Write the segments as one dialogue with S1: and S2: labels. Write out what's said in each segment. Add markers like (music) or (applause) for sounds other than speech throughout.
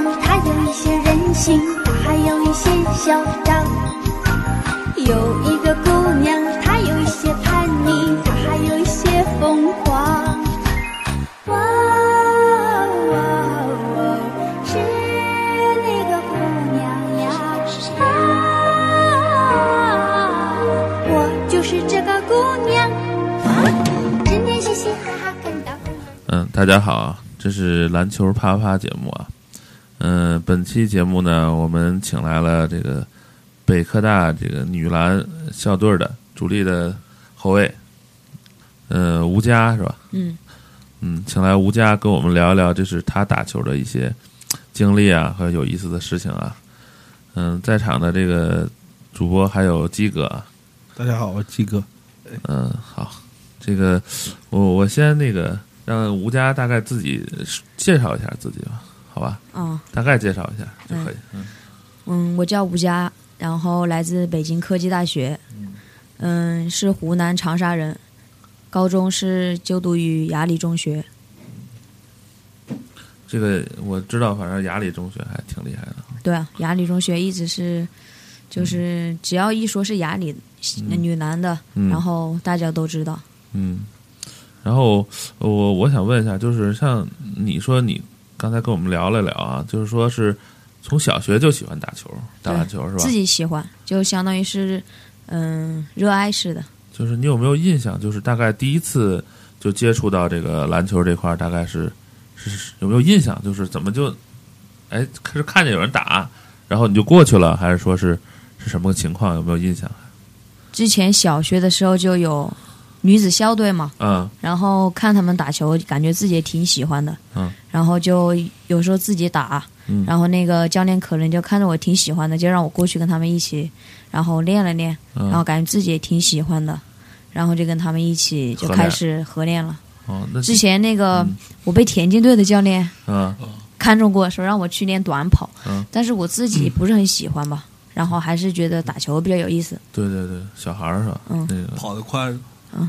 S1: 一些任性，她还有一些嚣张。有一个姑娘，她有一些叛逆，她还有一些疯狂。哇哦哇哦，是那个姑娘呀！啊，我就是这个姑娘。整天嘻嘻哈哈看到姑娘。
S2: 嗯，大家好啊，这是篮球啪啪节目啊。嗯，本期节目呢，我们请来了这个北科大这个女篮校队的主力的后卫，呃，吴佳是吧？
S3: 嗯
S2: 嗯，请来吴佳跟我们聊一聊，就是他打球的一些经历啊和有意思的事情啊。嗯，在场的这个主播还有鸡哥啊，
S4: 大家好，我鸡哥。
S2: 嗯，好，这个我我先那个让吴佳大概自己介绍一下自己吧，好吧？
S3: 啊
S2: 大概介绍一下就可以。
S3: 嗯，我叫吴佳，然后来自北京科技大学，嗯，是湖南长沙人，高中是就读于雅礼中学。
S2: 这个我知道，反正雅礼中学还挺厉害的。
S3: 对啊，雅礼中学一直是，就是只要一说是雅礼
S2: 嗯
S3: 女篮的，
S2: 嗯
S3: 然后大家都知道。
S2: 嗯，然后呃我我想问一下，就是像你说你刚才跟我们聊了聊啊，就是说是从小学就喜欢打球，打篮球是吧
S3: 自？己喜欢，就相当于是嗯热爱似的。
S2: 就是你有没有印象，就是大概第一次就接触到这个篮球这块儿，大概是是是有没有印象？就是怎么就哎，是看见有人打，然后你就过去了，还是说是是什么情况？有没有印象？
S3: 之前小学的时候就有女子校队嘛，
S2: 嗯
S3: 然后看他们打球，感觉自己也挺喜欢的。
S2: 嗯，
S3: 然后就有时候自己打，
S2: 嗯
S3: 然后那个教练可能就看着我挺喜欢的，就让我过去跟他们一起，然后练了练，然后
S2: 嗯
S3: 感觉自己也挺喜欢的，然后就跟他们一起就开始合练了。
S2: 哦，那
S3: 之前那个、
S2: 嗯
S3: 我被田径队的教练
S2: 嗯
S3: 看中过，说让我去练短跑，
S2: 嗯
S3: 但是我自己不是很喜欢吧，然后还是觉得打球比较有意思，
S2: 对对对，小孩儿是吧？
S3: 嗯
S2: 那个
S4: 跑得快，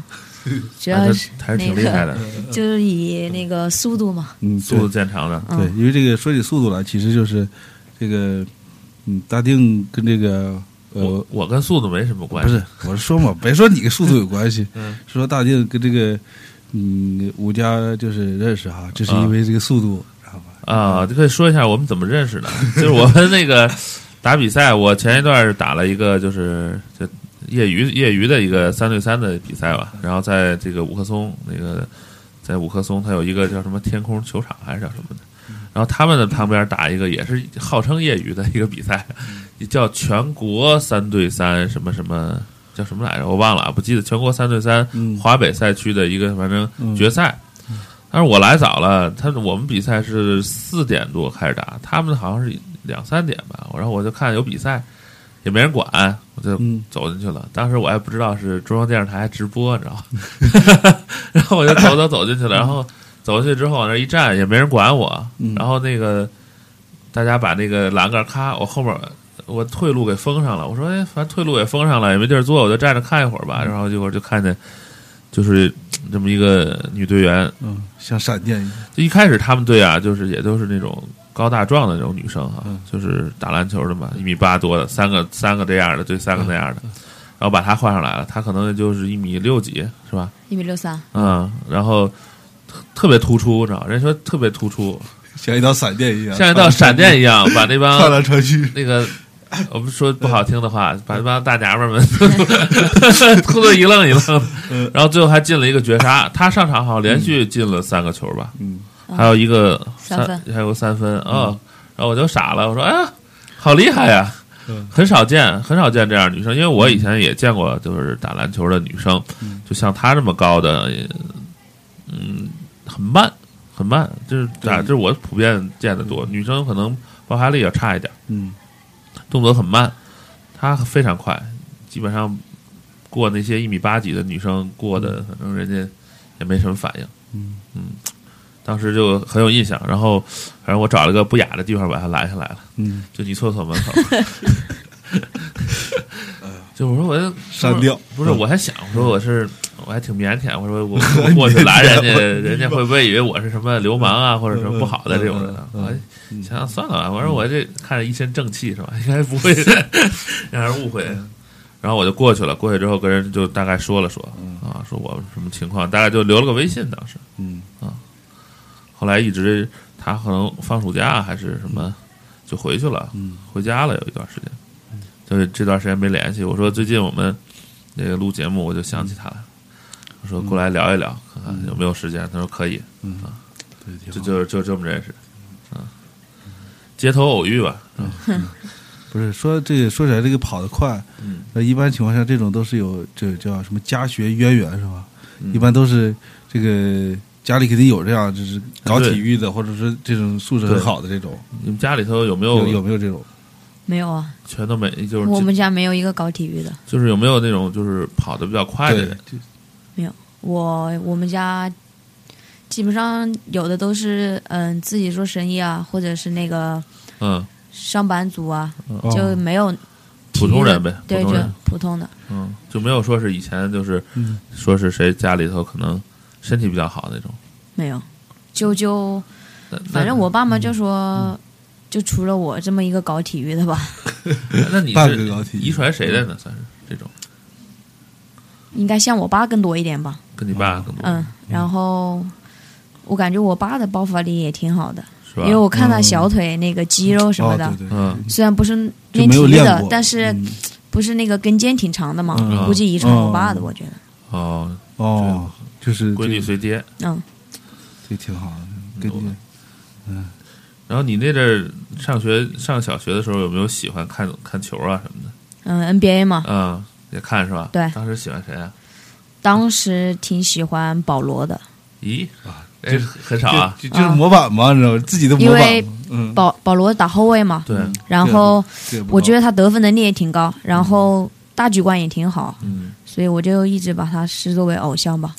S3: 主
S2: 还
S3: 要是
S2: 是还是挺厉害的，
S3: (laughs)
S4: (laughs)
S3: 就是以那个速度嘛，
S4: 嗯，
S2: 速度见长的。
S3: 嗯
S4: 对，对，因为这个说起速度来，其实就是这个，嗯，大定跟这个
S2: 我
S4: 呃，
S2: 我跟速度没什么关
S4: 不
S2: 系，
S4: (laughs) 是，我是说嘛，别说你跟速度有关系，
S2: 嗯
S4: 是说大定跟这个嗯吴家就是认识哈，就是
S2: 啊
S4: 因为这个速度，知道吧？
S2: 啊，就可以说一下我们怎么认识的。 (laughs) 就是我们那个打比赛，我前一段儿打了一个就是就业余业余的一个三对三的比赛吧，然后在这个五棵松那个在五棵松，它有一个叫什么天空球场还是叫什么的，然后他们的旁边打一个也是号称业余的一个比赛，叫全国三对三什么什么。叫什么来着？我忘了啊，不记得。全国三对三
S4: 嗯
S2: 华北赛区的一个，反正
S4: 嗯
S2: 决赛。但是我来早了，他我们比赛是四点多开始打，他们好像是两三点吧。然后我就看有比赛，也没人管，我就
S4: 嗯
S2: 走进去了。当时我还不知道是中央电视台还直播，你知道吗？然后我就走走走进去了，然后走进去之后往那一站，也没人管我。
S4: 嗯
S2: 然后那个大家把那个栏杆咔，我后面我退路给封上了。我说，哎，反正退路也封上了，也没地儿坐，我就站着看一会儿吧。然后结果就看见就是这么一个女队员，
S4: 嗯，像闪电一样，
S2: 就一开始他们队啊，就是也都是那种高大壮的那种女生哈、
S4: 嗯
S2: 就是打篮球的嘛，一米八多的，三个三个这样的对三个那样的，然后把她换上来了，她可能也就是一米六几是吧？
S3: 一米六三，
S2: 嗯，然后特特别突出，你知道吗，人家说特别突出，
S4: 像一道闪电一样，
S2: 像一道闪电一样，把那帮
S4: 穿来穿去，
S2: 那个，我们说不好听的话，把那帮大娘们儿们 (laughs) 突的一愣一愣的
S4: 嗯，
S2: 然后最后还进了一个绝杀。他上场好像连续进了三个球吧，
S4: 嗯，
S3: 嗯
S2: 还有一个
S3: 三分，
S2: 还有个三分啊。然后我就傻了，我说哎呀，好厉害呀
S4: 嗯！
S2: 很少见，很少见这样的女生，因为我以前也见过，就是打篮球的女生
S4: 嗯，
S2: 就像她这么高的，也嗯，很慢，很慢，就是打，
S4: 对
S2: 这是我普遍见的多。女生可能爆发力要差一点。
S4: 嗯，
S2: 动作很慢，她非常快，基本上过那些一米八几的女生过的，反正人家也没什么反应。
S4: 嗯
S2: 当时就很有印象，然后反正我找了个不雅的地方把她拦下来了，
S4: 嗯，
S2: 就女厕所门
S4: (laughs)
S2: 口。就我说我
S4: 删掉，嗯
S2: 不是，我还想说我是我还挺腼腆，我说
S4: (laughs)
S2: 我我过去拦人家，人家会不会以为我是什么流氓啊，或者什么不好的这种人啊？
S4: 嗯嗯嗯嗯
S2: 我想想算了吧，我说我这看着一身正气是吧，应该不会让人误会。然后我就过去了，过去之后跟人就大概说了说啊，说我什么情况，大概就留了个微信。当时
S4: 嗯
S2: 后来一直他可能放暑假还是什么，就回去了。
S4: 嗯
S2: 回家了，有一段时间，就是这段时间没联系。我说最近我们那个录节目，我就想起他了。我说过来聊一聊，看看有没有时间。他说可以，
S4: 嗯，对，挺
S2: 就
S4: 好
S2: 就就这么认识，啊，街头偶遇吧，
S4: 不是说这个说起来这个跑得快，
S2: 嗯，
S4: 那一般情况下这种都是有这叫什么家学渊源是吧？
S2: 嗯
S4: 一般都是这个家里肯定有这样，就是搞体育的，或者是这种素质很好的这种，
S2: 你们家里头有没
S4: 有有
S2: 有
S4: 没有这种？
S3: 没有啊，
S2: 全都没？就是
S3: 我们家没有一个搞体育的。
S2: 就是有没有那种就是跑得比较快的
S4: 对
S2: 人？，
S4: 就
S3: 我我们家基本上有的都是嗯自己做生意啊，或者是那个
S2: 嗯，
S3: 上班族啊，
S4: 哦
S3: 就没有体
S2: 普
S3: 育的
S2: 通人呗，普
S3: 对，就
S2: 通人，
S3: 普通的。
S2: 嗯，就没有说是以前就是
S4: 嗯
S2: 说是谁家里头可能身体比较好那种。
S3: 没有，就就
S2: 那
S3: 反正我爸妈就说，
S4: 嗯
S3: 就除了我这么一个搞体育的吧， (laughs)
S2: 那那你
S4: 半个高
S2: 是
S4: 体
S2: 遗传谁的呢？算是这种。
S3: 应该像我爸更多一点吧。
S2: 跟你爸更多，
S3: 嗯，然后我感觉我爸的爆发力也挺好的，
S2: 是吧？
S3: 因为我看他
S4: 嗯
S3: 小腿那个肌肉什么
S4: 哦
S3: 的，
S4: 对对，
S2: 嗯
S3: 虽然不是
S4: 就
S3: 练
S4: 没
S3: 体
S4: 有
S3: 育
S4: 练
S3: 的
S4: 过，，
S3: 但是
S4: 嗯
S3: 不是那个跟腱挺长的嘛，
S4: 嗯
S3: 估计遗传我
S4: 嗯
S3: 爸的，我觉得。
S2: 哦，
S4: 哦，就是
S2: 闺女
S4: 这
S2: 随爹。
S3: 嗯，
S4: 这挺好的，跟
S2: 嗯
S4: 你
S2: 然后你那阵儿上学上小学的时候，有没有喜欢看看球啊什么的？
S3: 嗯，NBA 嘛，
S2: 嗯，也看是吧？
S3: 对
S2: 当时喜欢谁啊？
S3: 当时挺喜欢保罗的，
S4: 嗯
S2: 咦，这
S4: 这
S2: 很少啊。
S4: 就就是模板嘛，你知道吗？自己的模
S3: 因
S4: 板
S3: 为
S4: 嘛，嗯，
S3: 保保罗打后卫嘛，
S2: 对，
S3: 然后
S4: 这也啊不嗯
S3: 我
S4: 高
S3: 觉得他得分能力也挺高，然后大局观也挺好，
S2: 嗯，
S3: 所以我就一直把他视作为偶像吧。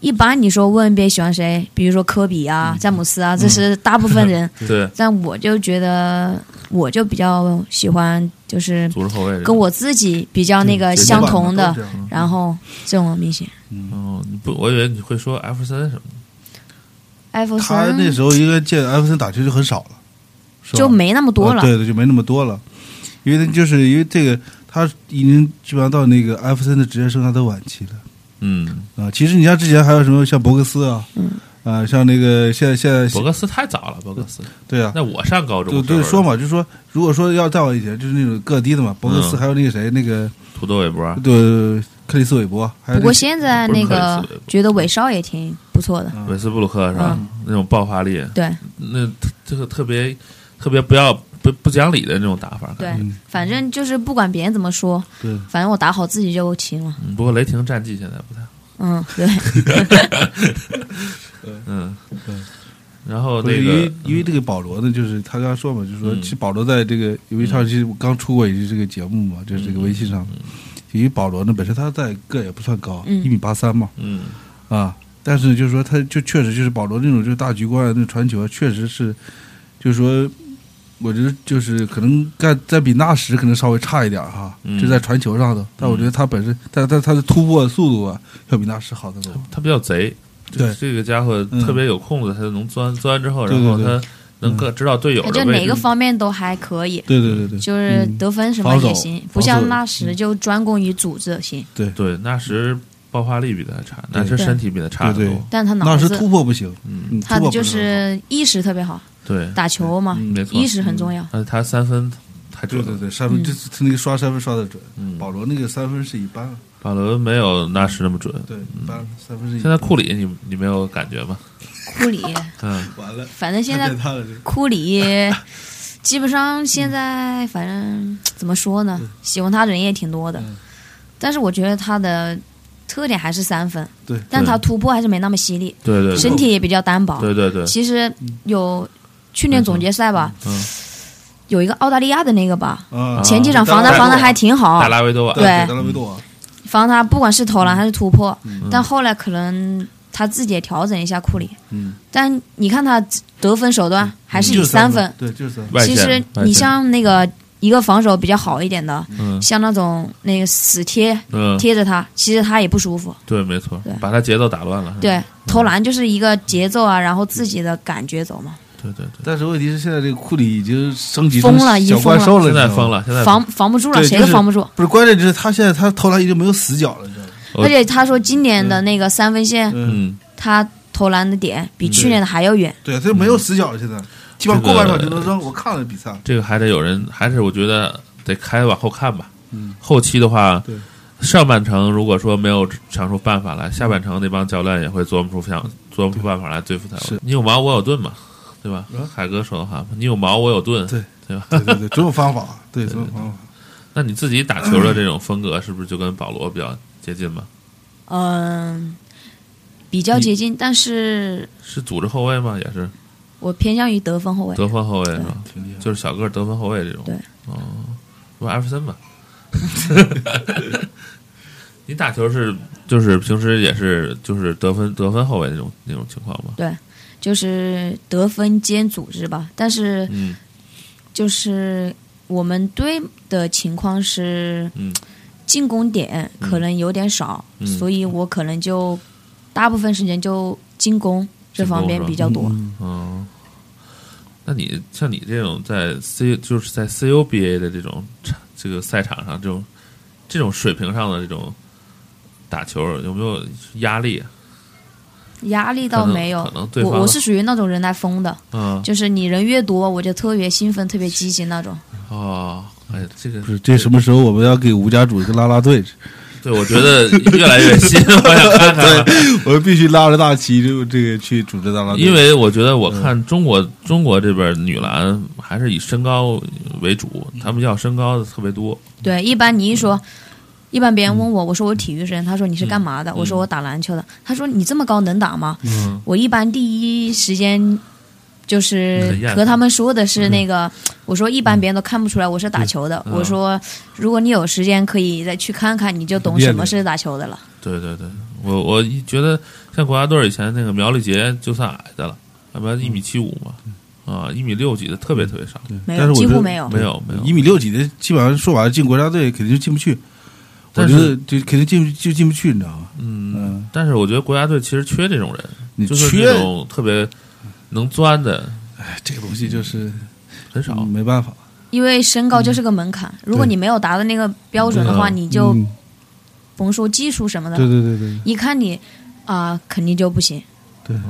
S3: 一般你说问别人喜欢谁，比如说科比啊、
S4: 嗯
S3: 詹姆斯啊，这是大部分
S4: (laughs)
S3: 人，
S2: 对，
S3: 但我就觉得我就比较喜欢就是
S2: 组织后卫这个。
S3: 跟我自己比较那个
S4: 这
S3: 相
S4: 模板
S3: 同
S4: 都
S3: 的
S4: 这，样
S3: 然后这种明星。
S2: 哦，你不，我以为你会说艾弗森什么的。
S3: 艾弗
S4: 他那
S3: 森
S4: 时候应该见艾弗森打球就很少了，是吧
S3: 就没那么多了
S4: 啊，对对，就没那么多了，因为他就是因为这个，他已经基本上到那个艾弗森的职业生涯的晚期了
S2: 嗯，
S4: 啊。其实你像之前还有什么像博格斯啊，
S3: 嗯
S4: 啊，像那个现在现在
S2: 博格斯太早了，博格斯。
S4: 对啊，
S2: 那我上高中
S4: 就
S2: 的时候
S4: 对说，嘛，就说如果说要再往以前，就是那种个低的嘛，博格斯
S2: 嗯啊
S4: 还有那个谁，那个
S2: 土豆韦伯。
S4: 嗯对克里斯韦伯，还有
S3: 不
S4: 那
S3: 过
S4: 个
S3: 现在那个
S2: 不是克里斯韦伯
S3: 觉得韦少也挺不错
S4: 嗯
S3: 的，
S2: 韦斯布鲁克是吧？那种爆发力，
S3: 对
S2: 那特这个特别特别不要不不讲理的那种打法。
S3: 对，反正就是不管别人怎么说，
S4: 对
S3: 反正我打好自己就行了。
S2: 嗯，不过雷霆战绩现在不太好。
S3: 嗯，对，
S2: 嗯
S4: 对，
S2: 然后
S4: 不是
S2: 那
S4: 因
S2: 个
S4: 为因为这个保罗呢，就是他刚刚说嘛，就是说，
S2: 嗯
S4: 其实保罗在这个因为上期我刚出过一期这个节目嘛，就是
S2: 嗯
S4: 这个微信上，因为保罗呢本身他在个也不算高，
S3: 嗯
S4: 一米八三嘛，
S2: 嗯
S4: 啊，但是就是说他就确实就是保罗那种就是大局观啊那传球啊，确实是，就是说。我觉得就是可能在在比纳什可能稍微差一点儿哈，
S2: 嗯
S4: 就在传球上头，但我觉得他本身，但但他的突破速度啊，要比纳什好得多。
S2: 他比较贼，
S4: 对
S2: 这个家伙
S4: 嗯
S2: 特别有空子，他就能钻钻完之后，
S4: 对
S2: 然
S4: 对
S2: 后
S4: 对
S2: 他能够知道队友
S3: 他
S2: 的
S3: 就
S2: 位
S3: 哪个
S2: 置。
S3: 方面都还可以，
S4: 对对对对，
S3: 就是得分什么
S4: 嗯防守
S3: 也行，
S4: 防
S3: 不
S4: 守嗯
S3: 像那时就专攻于组织型，
S4: 对
S2: 对，纳什爆发力比他差，纳什
S4: 对
S2: 身体比他差得
S4: 对对
S2: 多。
S3: 但他脑
S4: 纳什
S3: 子
S4: 突破不行，
S2: 嗯，
S4: 嗯
S3: 他
S4: 突破不
S3: 就
S4: 了嗯
S3: 是意识特别好，
S2: 对，
S3: 打球嘛，
S2: 没错
S3: 意。识很重要。
S2: 但是他三分太准
S4: 对
S2: 了，
S4: 对对，三分
S3: 嗯
S4: 就是他那个刷三分刷的准，
S2: 嗯，
S4: 保罗那个三分是一般，
S2: 保罗没有纳什那么准。
S4: 对，一般三分是一
S2: 嗯现
S4: 般。
S2: 在库里，你你没有感觉吗？
S3: 库里，
S2: 嗯，
S4: 完了，
S3: 反正现在
S4: 太变态了这个
S3: 库里基本上现在反正怎么说呢，喜欢他的人也挺多的，但是我觉得他的特点还是三分，
S4: 对，
S3: 但他突破还是没那么犀利，
S2: 对对
S3: 身
S2: 对，
S3: 体也比较单薄。
S2: 对对对，
S3: 其实有去年总决赛吧，
S2: 嗯，
S3: 有一个澳大利亚的那个吧，
S4: 啊
S3: 前几场防
S4: 达拉
S3: 他防的
S4: 维多
S3: 还挺好
S2: 大，拉维多瓦
S4: 对，
S3: 哦对
S4: 达拉维多瓦，
S3: 防他不管是投篮还是突破，但后来可能他自己也调整一下库里，
S4: 嗯，
S3: 但你看他得分手段还是以
S4: 就
S3: 三分，
S4: 对，就是三分，
S2: 外
S3: 其
S2: 线
S3: 实
S2: 外
S3: 你
S2: 线
S3: 像那个一个防守比较好一点的，
S2: 嗯
S3: 像那种那个死贴
S2: 嗯，
S3: 贴着他，其实他也不舒服。
S2: 对，没错
S3: 对，
S2: 把他节奏打乱了。
S3: 对，投篮就是一个节奏啊，然后自己的感觉走嘛。
S2: 对对对，
S4: 但是问题是现在这个库里已经升级成
S3: 疯了已经
S4: 小怪兽了，
S2: 现在
S4: 你知道吗
S2: 疯。了，现在
S3: 防防不住了，
S4: 对
S3: 谁
S4: 就
S3: 都
S4: 是
S3: 防不住。
S4: 不是，关键就是他现在他投篮已经没有死角了，你知道吗？
S2: 我
S3: 而且他说今年的那个三分线，
S4: 嗯，
S2: 嗯，
S3: 他投篮的点比去年的还要远。
S4: 对，他没有死角了，现在基本上过半场就能扔。我看了比赛，
S2: 这个还得有人，还是我觉得得开往后看吧。
S4: 嗯，
S2: 后期的话
S4: 对，
S2: 上半程如果说没有想出办法来，下半程那帮教练也会琢磨出想琢磨出办法来对付他。
S4: 是
S2: 你有毛我有盾嘛，对吧？海哥说的话，你有毛我有盾，
S4: 对
S2: 对吧？
S4: 对对对，总有方法，对，总有方法。
S2: 那你自己打球的这种风格是不是就跟保罗比较接近嘛？
S3: 嗯，比较接近，但是
S2: 是组织后卫吗？也是
S3: 我偏向于得分后卫。
S2: 得分后卫是吧？
S4: 挺厉害
S2: 就是小个儿得分后卫这种。
S3: 对，
S2: 哦，问艾弗森吧。你打球是就是平时也是就是得分得分后卫那种那种情况吗？
S3: 就是得分兼组织吧。但是
S2: 嗯
S3: 就是我们队的情况是，
S2: 嗯
S3: 进攻点可能有点少，
S2: 嗯
S3: 所以我可能就大部分时间就进攻这方面比较多。
S4: 嗯
S2: 哦，那你像你这种在 C 就是在 CUBA 的这种场这个赛场上这种这种水平上的这种打球有没有压力啊？
S3: 压力倒没有
S2: 可能可能，对方
S3: 我我是属于那种人来疯的，
S2: 嗯
S3: 就是你人越多，我就特别兴奋、特别积极那种。
S2: 哦，哎，这个
S4: 不是，这什么时候我们要给吴家主一个拉拉队？
S2: 对我觉得越来越新， (laughs) 我想看看了。
S4: 我们必须拉着大旗，就这个去组织拉拉队。
S2: 因为我觉得，
S4: 嗯
S2: 我看中国、中国这边女篮还是以身高为主，
S4: 嗯
S2: 他们要身高的特别多。
S3: 对，一般你一说，一般别人
S4: 嗯
S3: 问我，我说我体育生，他说你是干嘛的？
S2: 嗯
S3: 我说我打篮球的。他说你这么高能打吗？
S2: 嗯，
S3: 我一般第一时间就是
S2: 很厌烦
S3: 和他们说的
S4: 嗯
S3: 是那个，我说一般别人都看不出来我是打球
S4: 啊
S3: 的。
S2: 嗯
S3: 我说如果你有时间可以再去看看，你就懂
S4: 练
S3: 什
S4: 练
S3: 么
S4: 嗯
S3: 是打球的了。
S2: 对对对，我我一觉得像国家队以前那个苗丽杰就算矮的了，要不然一米七五嘛，啊，一米六几的特别特别少，
S4: 嗯对
S3: 没
S4: 但
S3: 有，
S4: 是我
S3: 几
S4: 觉
S3: 乎
S4: 得
S3: 没有。
S2: 没有没有
S4: 一。米六几的，基本上说白了进国家队肯定就进不去。我
S2: 但
S4: 觉得
S2: 是
S4: 就肯定进不就进不去，你知道吗？
S2: 嗯，
S4: 嗯，
S2: 但是我觉得国家队其实缺这种人，
S4: 你
S2: 就是
S4: 缺
S2: 那种特别能钻的
S4: 哎这个东西就是
S2: 很少。
S4: 嗯没办法。
S3: 因为身高就是个门槛，如果
S4: 嗯对
S3: 你没有达到那个标准的话，
S2: 嗯
S3: 你就嗯
S4: 嗯
S3: 甭说技术什么
S4: 对
S3: 的，
S4: 对对对
S3: 一看你啊、肯定就不行。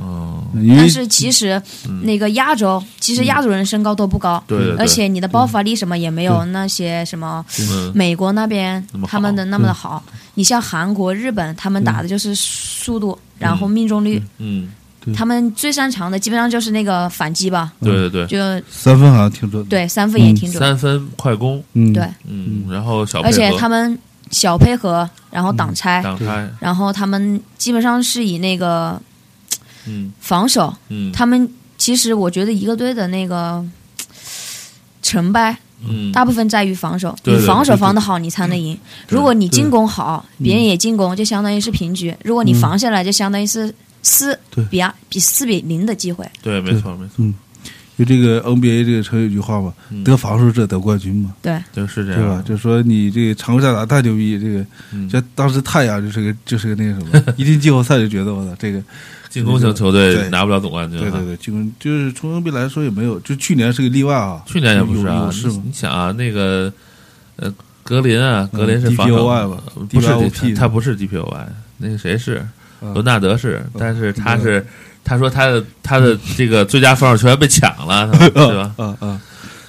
S2: 哦，
S4: 对，因为
S3: 嗯但是其实
S2: 嗯
S3: 那个亚洲，其实亚洲人身高都不高，
S2: 对对对，
S3: 而且你的爆发力什么也没有那些什么
S2: 嗯，
S3: 美国那边
S2: 那么好嗯
S3: 他们的那么的好。你像韩国、日本，他们打的就是速度，然后命中率，
S2: 嗯，
S4: 嗯
S3: 他们最擅长的基本上就是那个反击吧，
S2: 对对对，嗯
S3: 就
S4: 三分好像挺准的。，
S3: 对三分也挺准，
S2: 三分快攻，
S4: 嗯，
S3: 对，
S2: 嗯，然后小配
S3: 而
S2: 合，嗯
S3: 且他们哎小配合，然后挡拆。
S2: 挡拆，
S3: 然后他们基本上是以那个
S2: 嗯
S3: 防守，
S2: 嗯，
S3: 他们其实我觉得一个队的那个成败
S2: 嗯
S3: 大部分在于防守。
S2: 对对
S3: 你防守防得好，你才能赢。
S2: 对
S3: 如果你进攻好，别人也进攻，就相当于是平局；如果你防下来，就相当于是四
S4: 嗯对
S3: 比二、比四比零的机会。
S2: 对，没错没错，
S4: 就这个 NBA 这个成有一句话嘛，
S2: 嗯
S4: 得防守者得冠军嘛，
S3: 对，
S2: 对是这
S4: 对
S2: 样
S4: 吧？，就说你这个常规赛打得太牛逼，这个
S2: 嗯
S4: 像当时太阳就是个就是个那个什
S2: (laughs)
S4: 么，一进季后赛就觉得我操这个，
S2: 进攻型球队
S4: 对
S2: 拿不了总冠军
S4: 对
S2: 啊
S4: 对。对，进攻就是从 NBA 来说也没有，就去年是个例外啊，
S2: 去年也不是啊
S4: 有，有
S2: 你
S4: 吗嗯
S2: 你想啊，那个呃，格林啊，格林是防守，
S4: DPOY 吧
S2: 呃不是
S4: DPOP
S2: 他他不是 DPOY，那个谁是
S4: 嗯
S2: 罗纳德是，但是他
S4: 嗯
S2: 是他说他的他的这个最佳防守球员被抢
S4: (laughs)
S2: 了，他对吧？
S4: 啊啊，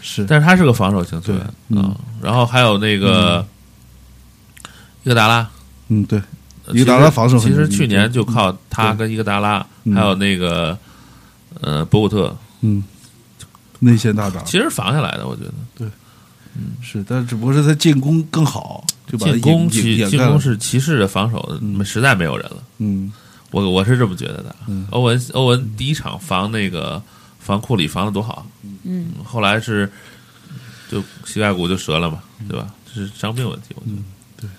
S4: 是，
S2: 但是他是个防守型球员啊
S4: 对嗯。
S2: 然后还有那个伊戈达拉，
S4: 嗯对，
S2: 呃
S4: 伊戈达拉防守
S2: 其
S4: 很
S2: 实其实去
S4: 牛逼嗯
S2: 年就靠他
S4: 对
S2: 跟伊戈达拉，
S4: 嗯
S2: 还有那个呃博古特，
S4: 嗯，内线大闸
S2: 其实防下来的，我觉得。
S4: 是，但只不过是他进攻更好，就把他
S2: 进攻
S4: 掩
S2: 骑
S4: 掩
S2: 进
S4: 盖
S2: 攻
S4: 了，
S2: 是骑士的防守，
S4: 嗯
S2: 实在没有人了。
S4: 嗯
S2: 我我是这么觉得的。啊
S4: 嗯
S2: 欧文欧文第一场防那个防库里防的多好，
S3: 嗯，
S2: 后来是就膝盖骨就折了嘛，
S4: 嗯
S2: 对吧？这是伤病问题，我觉得。对，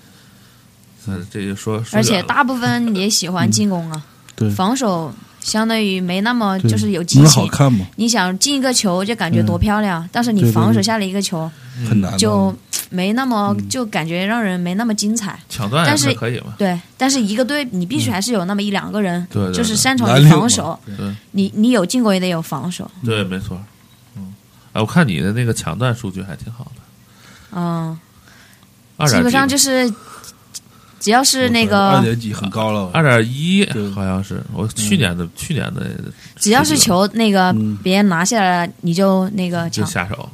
S2: 嗯，这就说，说
S3: 而且
S2: 远了
S3: 大部分也喜欢进攻啊，
S4: 嗯对
S3: 防守相当于没那么
S4: 对
S3: 就是有激
S4: 能好
S3: 情。
S4: 看吗？
S3: 你想进一个球就感觉
S4: 嗯
S3: 多漂亮，但是
S4: 对
S3: 你
S4: 对
S3: 防守
S4: 对
S3: 下了一个球，
S4: 很难的。
S3: 就没那么
S4: 嗯
S3: 就感觉让人没那么精彩。
S2: 抢断
S3: 但
S2: 也
S3: 是
S2: 是可以嘛？
S3: 对，但是一个队你必须还是有那么一两个人，
S2: 嗯对对
S3: 就是
S2: 对
S3: 擅
S4: 来
S3: 长于
S4: 六
S3: 防
S4: 嘛
S3: 守，
S2: 对
S3: 你你有进攻也得有防守，
S2: 对，没错。嗯，哎，我看你的那个抢断数据还挺好的，
S3: 嗯，
S2: 二
S3: 基
S2: 点
S3: 本上就是只要是那
S4: 二
S3: 个
S4: 点几很高了，
S2: 二点一
S4: 对，
S2: 好像是我去年的去年的，
S3: 只要是球那个
S4: 嗯
S3: 别人拿下来了，你就那个
S2: 就
S3: 抢，
S2: 下手，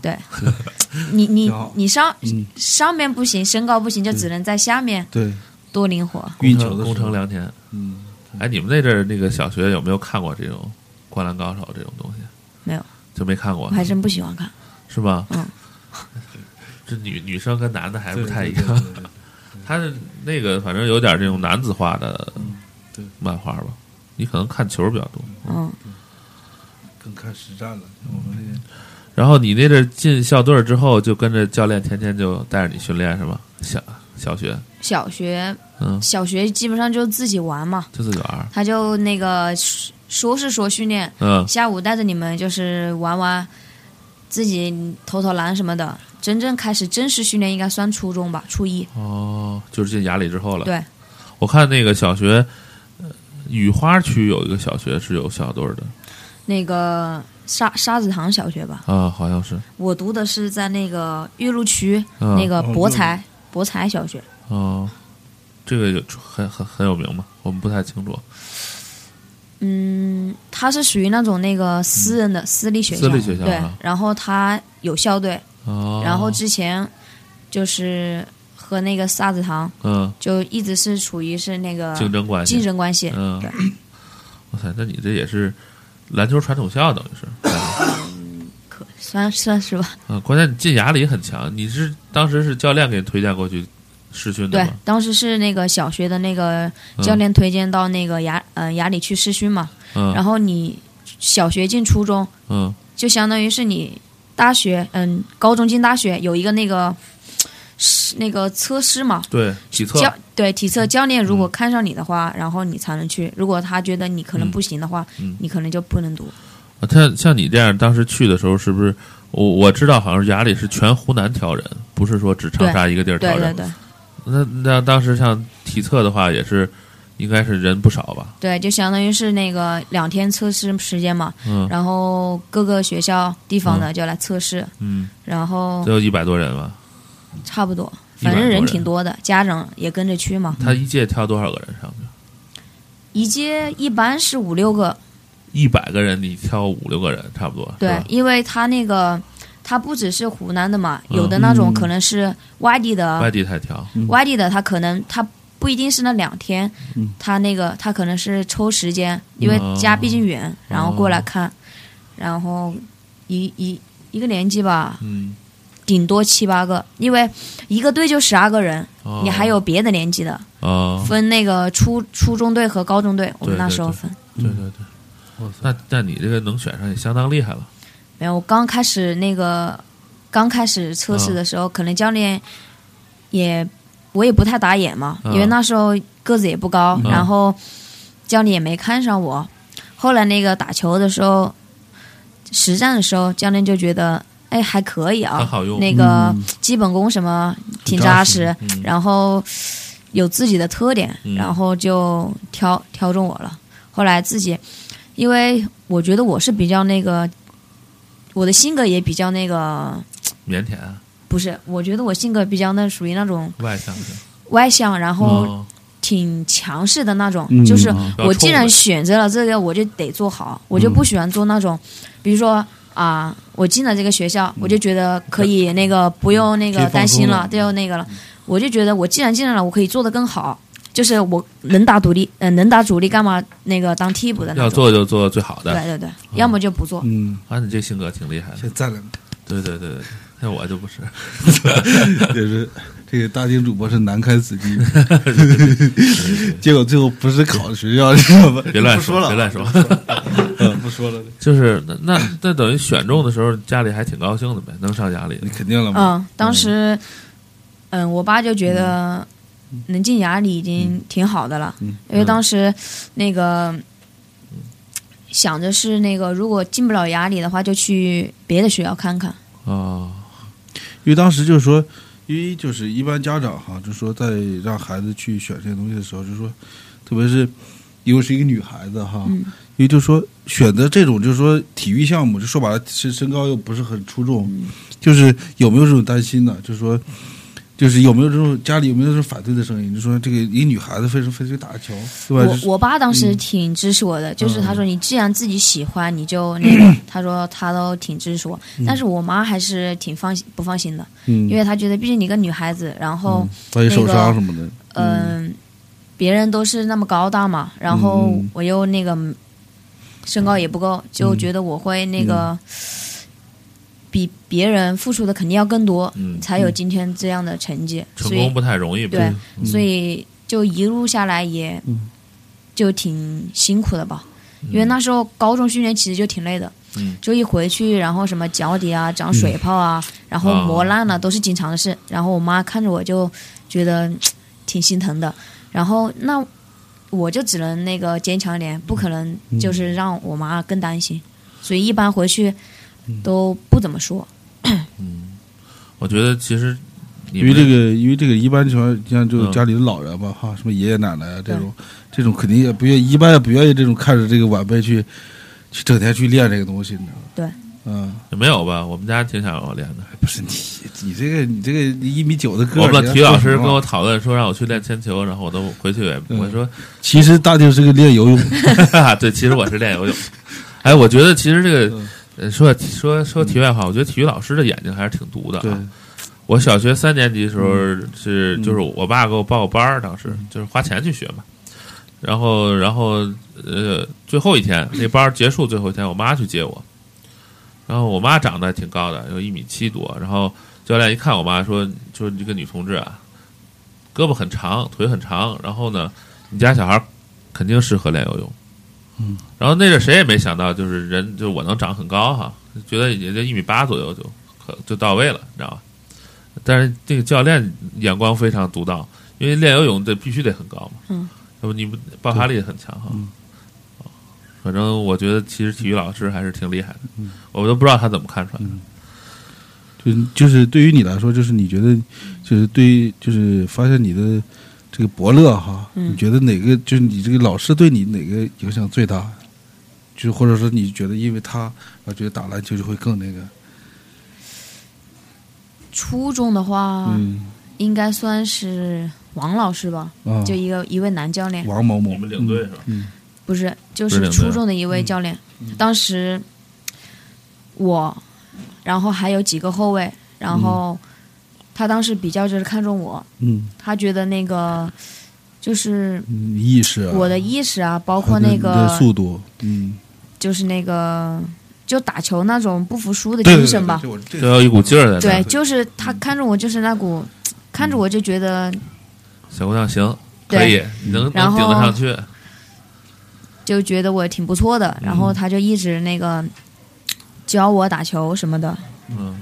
S3: 你你
S4: 挺好
S3: 你上
S4: 嗯，
S3: 上面不行，身高不行，就
S2: 嗯
S3: 只能在下面
S4: 对，
S3: 多灵活。
S4: 运球的
S2: 攻
S4: 时
S2: 城
S4: 候，
S2: 良田。
S4: 嗯，
S2: 哎，你们那阵儿那个小学有没有看过这种《灌篮高手》这种东西？
S3: 没有，
S2: 就没看过
S3: 我，还真不喜欢看，
S2: 是吗？
S3: 嗯，
S2: (laughs) 这女女生跟男的还
S4: 还
S2: 不太一样。他是那个，反正有点这种男子化的
S4: 嗯对
S2: 漫画吧。你可能看球比较多。
S3: 嗯，
S4: 更看实战了。我们
S2: 然后你那阵儿进校队儿之后，就跟着教练天天就带着你训练是吧？小小学，
S3: 小学
S2: 嗯，
S3: 小学基本上就自己玩嘛，
S2: 就自己玩儿，
S3: 他就那个说说是说训练，
S2: 嗯，
S3: 下午带着你们就是玩玩，自己投投篮什么的。真正开始正式训练应该算初中吧，初一。
S2: 哦，就是进雅里之后了。
S3: 对，
S2: 我看那个小学，呃雨花区有一个小学是有校队儿的
S3: 那个沙沙子塘小学吧，
S2: 啊，好像是，
S3: 我读的是在那个岳麓区、
S2: 嗯、
S3: 那个
S4: 哦
S3: 博才博才小学，
S2: 哦，这个有很很很有名嘛，我们不太清楚。
S3: 嗯，它是属于那种那个私人的、私立学校，
S2: 私立学校
S3: 对。
S2: 啊
S3: 然后它有校队，
S2: 哦，
S3: 然后之前就是和那个沙子塘
S2: 嗯，
S3: 就一直是处于是那个
S2: 竞争关系，
S3: 竞争关系，
S2: 嗯
S3: 啊对，
S2: 哇塞，那你这也是篮球传统校，等于是，
S3: 可算算是吧。
S2: 嗯，关键你进雅里很强，你是当时是教练给你推荐过去试训的
S3: 对
S2: 吗？，
S3: 当时是那个小学的那个教练推荐到那个雅呃雅里去试训嘛，
S2: 嗯，
S3: 然后你小学进初中，
S2: 嗯
S3: 就相当于是你大学嗯高中进大学有一个那个是那个测试嘛，
S2: 对，体测嗯
S3: 教对体测教练如果看上你的话，然后你才能去，如果他觉得你可能不行的话，
S2: 嗯嗯
S3: 你可能就不能读。
S2: 啊像像你这样当时去的时候，是不是我我知道好像雅里是全湖南挑人，不是说只长沙一个地儿
S3: 对
S2: 挑
S3: 对
S2: 人。
S3: 对
S2: 那那当时像体测的话，也是应该是人不少吧？
S3: 对，就相当于是那个两天测试时间嘛，
S2: 嗯
S3: 然后各个学校地方的就来测试，
S2: 嗯，
S3: 然后
S2: 得有一百多人吧？
S3: 差不多，
S2: 100
S3: 反
S2: 多
S3: 正
S2: 人
S3: 人挺多的，家长也跟着去嘛。
S2: 他一届挑多少个人上去？
S3: 一届一般是五六个，
S2: 一百个人，你挑五六个人，差不多。是
S3: 对
S2: 吧，
S3: 因为他那个他不只是湖南的嘛，
S2: 嗯
S3: 有的那种
S4: 嗯
S3: 可能是外地的，
S2: 外地才挑。
S3: 外地的他可能他不一定是那两天，
S4: 嗯
S3: 他那个他可能是抽时
S2: 嗯
S3: 间，因为家毕竟远，
S2: 哦
S3: 然后过来看，然后一一一个年级吧，
S2: 嗯，
S3: 顶多七八个，因为一个队就十二个人，
S2: 哦
S3: 你还有别的年级的，
S2: 哦，
S3: 分那个初初中队和高中队，我们
S2: 对
S3: 那
S2: 对
S3: 时候
S2: 对
S3: 分。
S2: 对对对。那那你这个能选上也相当厉害了。
S3: 没有，我刚开始那个刚开始测试的时候，
S2: 嗯
S3: 可能教练也我也不太打眼嘛，
S2: 嗯
S3: 因为那时候个子也不高，
S2: 嗯
S3: 然后教练也没看上我。后来那个打球的时候，实战的时候，教练就觉得。哎，还可以啊
S2: 很，好用
S3: 那个
S4: 嗯
S3: 基本功什么挺
S4: 扎
S3: 扎
S4: 实
S3: 实，
S2: 嗯
S3: 然后有自己的特点，
S2: 嗯
S3: 然后就挑挑中我了。后来自己，因为我觉得我是比较那个，我的性格也比较那个，
S2: 腼腆、啊
S3: 不是，我觉得我性格比较那属于那种
S2: 外向型，
S3: 外向，然后
S2: 哦，
S3: 挺强势的那种，
S4: 嗯
S3: 就是
S4: 嗯
S2: 比较
S3: 我既然
S2: 冲
S3: 选择了这个，我就得做好，我就不喜欢做那种，比如说。啊，我进了这个学校，我就觉得可以那个不用那
S4: 可以
S3: 个
S4: 放
S3: 担心
S4: 松
S3: 了
S4: 了，
S3: 不用那个了，我就觉得我既然进来了，我可以做得更好，就是我能打主力，嗯、能打主力干嘛那个当替补的
S2: 的
S3: 那
S2: 要
S3: 种，
S2: 做就做最好
S3: 嗯对
S2: 的。
S3: 对对，要么就不做，
S4: 嗯，
S2: 啊，你这性格挺厉害的
S4: 先。 (laughs) 赞两个。
S2: 对对对对，像我就不
S4: (laughs)
S2: 是。
S4: 就是这个大金主播是难堪死 (laughs) 地，结果最后不是考学校，知道吧？
S2: 别乱
S4: 不说
S2: 说，
S4: 了，
S2: 别乱说。
S4: (laughs) 嗯，不说了，
S2: 就是那那那等于选中的时候，家里还挺高兴的呗，能上雅里
S4: 你。肯定了嘛？
S3: 嗯，当时，嗯、我爸就觉得能进雅里已经挺好的了，
S4: 嗯
S3: 因为当时那个想着是那个，如果进不了雅里的话，就去别的学校看看。
S4: 嗯
S2: 啊，
S4: 因为当时就是说，因为就是一般家长哈，就说在让孩子去选这些东西的时候，就说，特别是又是一个女孩子哈，
S3: 嗯
S4: 因为就说选择这种就是说体育项目，就说白了身身高又不是很出众，
S3: 嗯
S4: 就是有没有这种担心呢？就是说。就是有没有这种家里有没有这种反对的声音？就说这个一女孩子非常非常去打球，对吧？
S3: 我
S4: 就是
S3: 我爸当时挺支持我的，就是他说你既然自己喜欢，你就那个，他说他都挺支持我，但是我妈还是挺放心不放心的，
S4: 嗯，
S3: 因为她觉得毕竟你个女孩子，然后
S4: 万一
S3: 那
S4: 受
S3: 个
S4: 伤什么的，
S3: 嗯、别人都是那么高大嘛，然后
S4: 嗯
S3: 我又那个身高也不够，就觉得我会那
S2: 嗯
S3: 个比别人付出的肯定要更多，
S2: 嗯
S3: 才有今天这样的成绩，
S2: 成
S3: 所以
S2: 功不太容易吧，
S3: 对，所以就一路下来也
S4: 嗯
S3: 就挺辛苦的吧。因为那时候高中训练其实就挺累的，
S2: 嗯
S3: 就一回去，然后什么脚底啊长水泡啊，
S4: 嗯
S3: 然后磨烂
S4: 啊
S3: 了、都是经常的事。然后我妈看着我就觉得嘖挺心疼的，然后那我就只能那个坚强一点，不可能
S4: 嗯
S3: 就是让我妈更担心，所以一般回去都不怎么说。
S2: 我觉得其实你
S4: 因为
S2: 们
S4: 这个，因为这个一般情况下，像就
S2: 嗯
S4: 家里的老人吧，哈，什么爷爷奶奶啊这种，这种肯定也不愿，一般也不愿意这种看着这个晚辈去，去整天去练这个东西，你知道吗？
S3: 对，
S4: 嗯，哎
S2: 没有吧？我们家挺想让我练的。
S4: 不是你，你这个，你这个一米九的个
S2: 我
S4: 儿，
S2: 们的
S4: 你还
S2: 体育老
S4: 说
S2: 师
S4: 什
S2: 跟
S4: 么嗯
S2: 我讨论说让我去练铅球，然后我都回去，我说
S4: 其实大舅是个练游泳，
S2: 对，其实我是练
S4: (laughs)
S2: 游泳。哎，我觉得其实这
S4: 嗯
S2: 个呃说说说题外话，我觉得体育老师的眼睛还是挺毒的、
S4: 对
S2: 啊。，我小学三年级的时候是、就是我爸给我报班儿，当时就是花钱去学嘛。然后然后呃，最后一天那班儿结束最后一天，我妈去接我。然后我妈长得还挺高的，有一米七多。然后教练一看我妈说，就是这个女同志啊，胳膊很长，腿很长。然后呢，你家小孩儿肯定适合练游泳。
S4: 嗯。
S2: 然后那阵谁也没想到，就是人就我能长很高哈，觉得也就一米八左右就可就到位了，你知道吧？但是这个教练眼光非常独到，因为练游泳得必须得很高嘛。
S3: 嗯。
S2: 要不你不爆发力很强哈。
S4: 嗯
S2: 哦反正我觉得，其实体育老师还是挺厉害的，我都不知道他怎么看出来的。
S4: 就就是对于你来说，就是你觉得，就是对于，就是发现你的这个伯乐哈，
S3: 嗯
S4: 你觉得哪个就是你这个老师对你哪个影响最大？就是或者说你觉得因为他，然后觉得打篮球就会更那个，
S3: 初中的话，
S4: 嗯
S3: 应该算是王老师吧，
S4: 啊，
S3: 就一个一位男教练，
S4: 王某某
S2: 你们领队是吧？
S3: 不是，就
S2: 不是
S3: 是
S2: 领队
S3: 初中的一位教练。
S4: 嗯
S3: 当时我，然后还有几个后卫，然后他当时比较就是看中我，
S4: 嗯，
S3: 他觉得那个就是
S4: 嗯意识啊，
S3: 我的意识啊，包
S4: 包
S3: 括那个
S4: 速度，嗯，
S3: 就是那个就打球那种不服输的
S4: 对对
S3: 精
S4: 对
S3: 神吧，
S4: 对，对嗯
S2: 都要一股劲儿在那儿。
S3: 对，就是他看着我就是那股，看着我就觉得
S2: 小姑娘行，
S3: 对
S2: 可以，你能
S3: 然
S2: 能
S3: 后
S2: 顶得上去。
S3: 就觉得我挺不错的，
S2: 嗯
S3: 然后他就一直那个教我打球什么的。
S2: 嗯，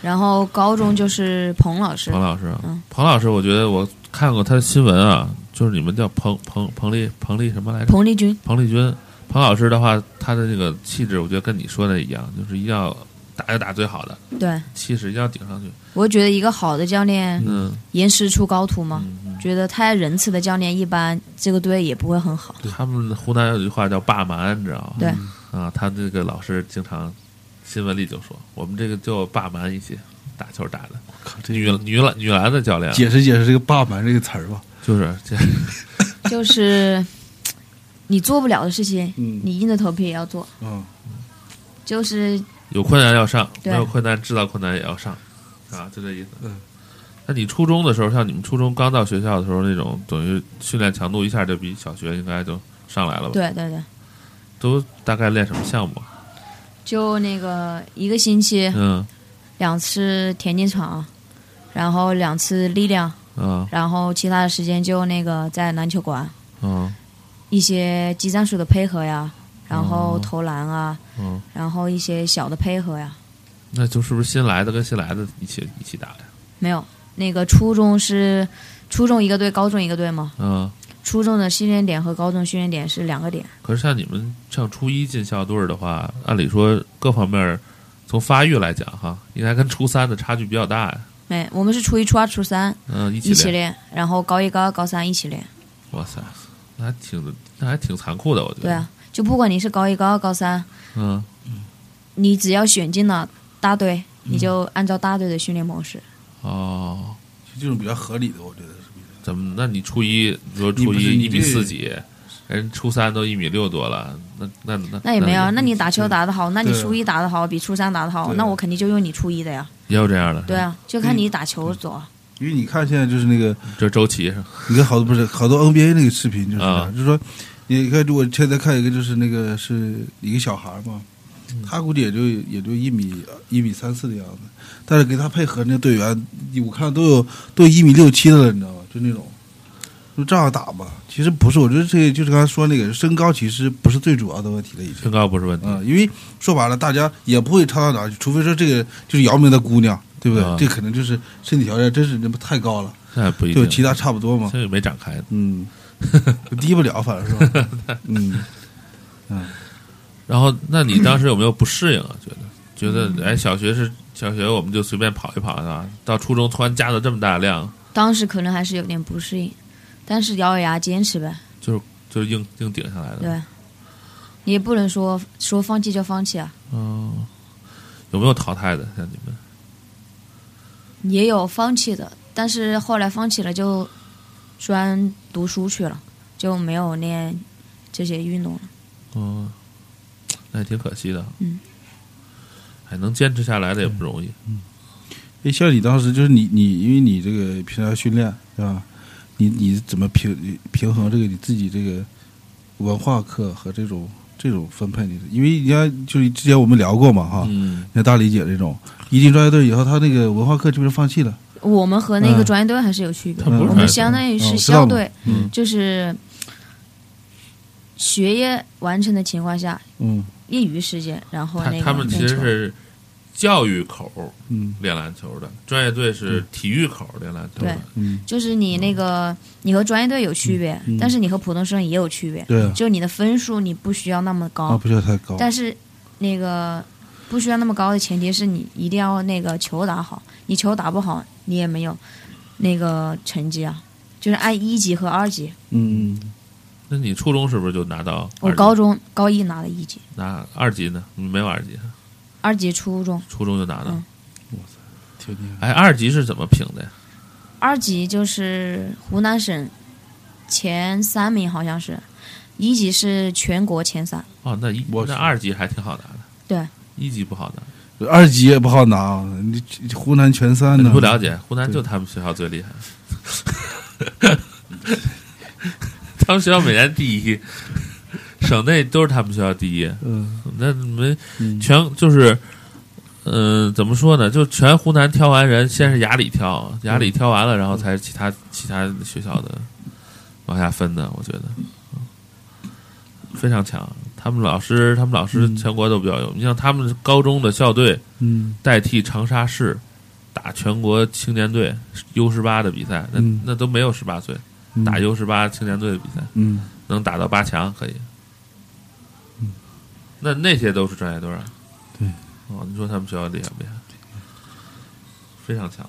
S3: 然后高中就是彭老师
S2: 彭，老师啊
S3: 嗯，
S2: 彭老师，我觉得我看过他的新闻啊，就是你们叫彭彭彭丽彭丽什么来着？
S3: 彭丽君，
S2: 彭丽君，彭老师的话，他的这个气质，我觉得跟你说的一样，就是一定要打就打最好的
S3: 对
S2: 气势，一定要顶上去。
S3: 我觉得一个好的教练
S2: 嗯，
S3: 严师出高徒嘛，觉得太仁慈的教练一般这个队也不会很好。
S2: 他们湖南有句话叫“霸蛮”，你知道吗？
S3: 对，
S2: 啊，他这个老师经常新闻里就说，我们这个就霸蛮一些，打球打的
S4: 靠这
S2: 女女篮女篮的教练啊
S4: 解释解释这个“霸蛮”这个词儿吧，
S2: 就是这
S3: 就是你做不了的事情，
S4: 嗯
S3: 你硬着头皮也要做，
S4: 嗯，
S3: 就是
S2: 有困难要上，没
S3: 对
S2: 有困难制造困难也要上，啊，就这意思。
S4: 嗯，
S2: 那你初中的时候，像你们初中刚到学校的时候，那种等于训练强度一下就比小学应该就上来了吧？
S3: 对对对，
S2: 都大概练什么项目啊？
S3: 就那个一个星期
S2: 嗯
S3: 两次田径场，然后两次力量，
S2: 啊
S3: 然后其他的时间就那个在篮球馆
S2: 嗯
S3: 一些技战术的配合呀，然后
S2: 哦
S3: 投篮啊。
S2: 嗯，
S3: 然后一些小的配合呀，
S2: 那就是不是新来的跟新来的一起一起打呀？
S3: 没有。那个初中是初中一个队，高中一个队嘛。
S2: 嗯
S3: 初中的训练点和高中训练点是两个点。
S2: 可是像你们上初一进校队儿的话，按理说各方面儿从发育来讲哈，应该跟初三的差距比较大呀。
S3: 没，我们是初一、初二、初三
S2: 嗯，一
S3: 一起
S2: 起练，
S3: 练，然后高一、高二、高三一起练。
S2: 哇塞，那还挺那还挺残酷的，我觉得。
S3: 对啊，就不管你是高一、高二、高三，
S2: 嗯，
S3: 你只要选进了大队，你就按照大队的训练模式。
S2: 哦，
S4: 就这种比较合理的，我觉得是比较。
S2: 怎么？那你初一，你说
S4: 你
S2: 初
S4: 不是
S2: 一一
S4: 你
S2: 米
S4: 这
S2: 四几，人初三都一米六多了，那那那
S3: 那也没有，啊
S2: 那
S3: 那你打球打得好，那你
S4: 对啊
S3: 初一打得好，比初三打得好，
S4: 对啊
S3: 那我肯定就用你初一的呀。
S2: 也有这样的，
S3: 对，啊，就看你打球走啊。
S4: 因为你看现在就是那个，
S2: 这周琦是吧
S4: 你看好多不是好多 NBA 那个视频就是这样，
S2: 啊
S4: 就是说，你看我现在看一个就是那个是一个小孩嘛，
S2: 嗯
S4: 他估计也就也就一米一米三四的样子，但是给他配合那队员，我看都有都有一米六七的了，你知道吗？就那种。就这样打吧，其实不是，我觉得这就是刚才说那个身高，其实不是最主要的问题了，已经。
S2: 身高不是问题，
S4: 嗯，因为说白了，大家也不会差到哪儿去，除非说这个就是姚明的姑娘，对不对？
S2: 啊
S4: 这可能就是身体条件真是那么太高了，
S2: 那也不一
S4: 就
S2: 定，
S4: 其他差不多嘛
S2: 现。在也没展开。
S4: 嗯， (laughs) 低不了，反正是吧？嗯，
S2: 然后，那你当时有没有不适应啊？觉得觉得，哎，小学是小学，我们就随便跑一跑啊，到初中突然加了这么大量，
S3: 当时可能还是有点不适应，但是咬咬牙坚持呗，
S2: 就是就是硬硬顶下来的。
S3: 对。你也不能说说放弃就放弃啊，
S2: 嗯，有没有淘汰的？像你们
S3: 也有放弃的，但是后来放弃了就专读书去了，就没有练这些运动了。
S2: 嗯，那也挺可惜的。
S3: 嗯，
S2: 哎，能坚持下来的也不容易。
S4: 哎，像你当时就是你你，因为你这个平常训练是吧？你你怎么平平衡这个你自己这个文化课和这种这种分配？你因为人家就是之前我们聊过嘛哈，
S2: 嗯，
S4: 像大理姐这种一进专业队以后，她那个文化课基本上放弃了。
S3: 我们和那个
S4: 嗯
S3: 专业队还是有区别，
S2: 他不是
S3: 我
S2: 专业队
S3: 们相当于
S4: 嗯
S3: 是
S4: 我知道
S3: 校
S4: 嘛
S3: 队，
S4: 嗯
S3: 就是学业完成的情况下，
S4: 嗯
S3: 业余时间，然后
S2: 他
S3: 那个
S2: 他们其实
S3: 练球
S2: 是教育口
S4: 嗯
S2: 练篮球的，专业队是体育口练篮球的
S3: 嗯对。
S4: 嗯，
S3: 就是你那
S2: 嗯
S3: 个你和专业队有区别，
S4: 嗯
S3: 但是你和普通生也有区别，
S4: 对啊，
S3: 就你的分数你不需要那么高，
S2: 哦
S4: 啊，不需要太高。
S3: 哦但是那个不需要那么高的前提是你一定要那个球打好，你球打不好，你也没有那个成绩啊。就是按一级和二级，
S4: 嗯，嗯
S2: 那你初中是不是就拿到二级？
S3: 我高中高一拿了一级，
S2: 拿二级呢？你没有二级，
S3: 二级初中，
S2: 初中就拿到
S3: 嗯。
S4: 挺厉害。
S2: 哎，二级是怎么评的呀？
S3: 二级就是湖南省前三名好像是，一级是全国前三，
S2: 哦，那一
S4: 我
S2: 那
S4: 去
S2: 二级还挺好拿的，
S3: 对，
S2: 一级不好拿。
S4: 二级也不好拿，你湖南全三
S2: 你
S4: 呢？
S2: 不了解，湖南
S4: 对
S2: 就他们学校最厉害，他们学校每年第一，省内都是他们学校第一。
S4: 嗯，
S2: 那没
S4: 嗯，
S2: 全就是，嗯、怎么说呢？就全湖南挑完人，先是雅礼挑，雅
S4: 嗯
S2: 礼挑完了，然后才是其他其他学校的往下分的。我觉得嗯非常强。他们老师，他们老师
S4: 嗯
S2: 全国都比较有。你像他们高中的校队
S4: 嗯，
S2: 代替长沙市打全国青年队 U 十八的比赛，那、
S4: 嗯
S2: 那都没有十八岁
S4: 嗯
S2: 打 U 十八青年队的比赛，
S4: 嗯，
S2: 能打到八强可以。
S4: 嗯
S2: 那那些都是专业队啊。
S4: 对。
S2: 哦，你说他们学校厉害不厉害？非常强。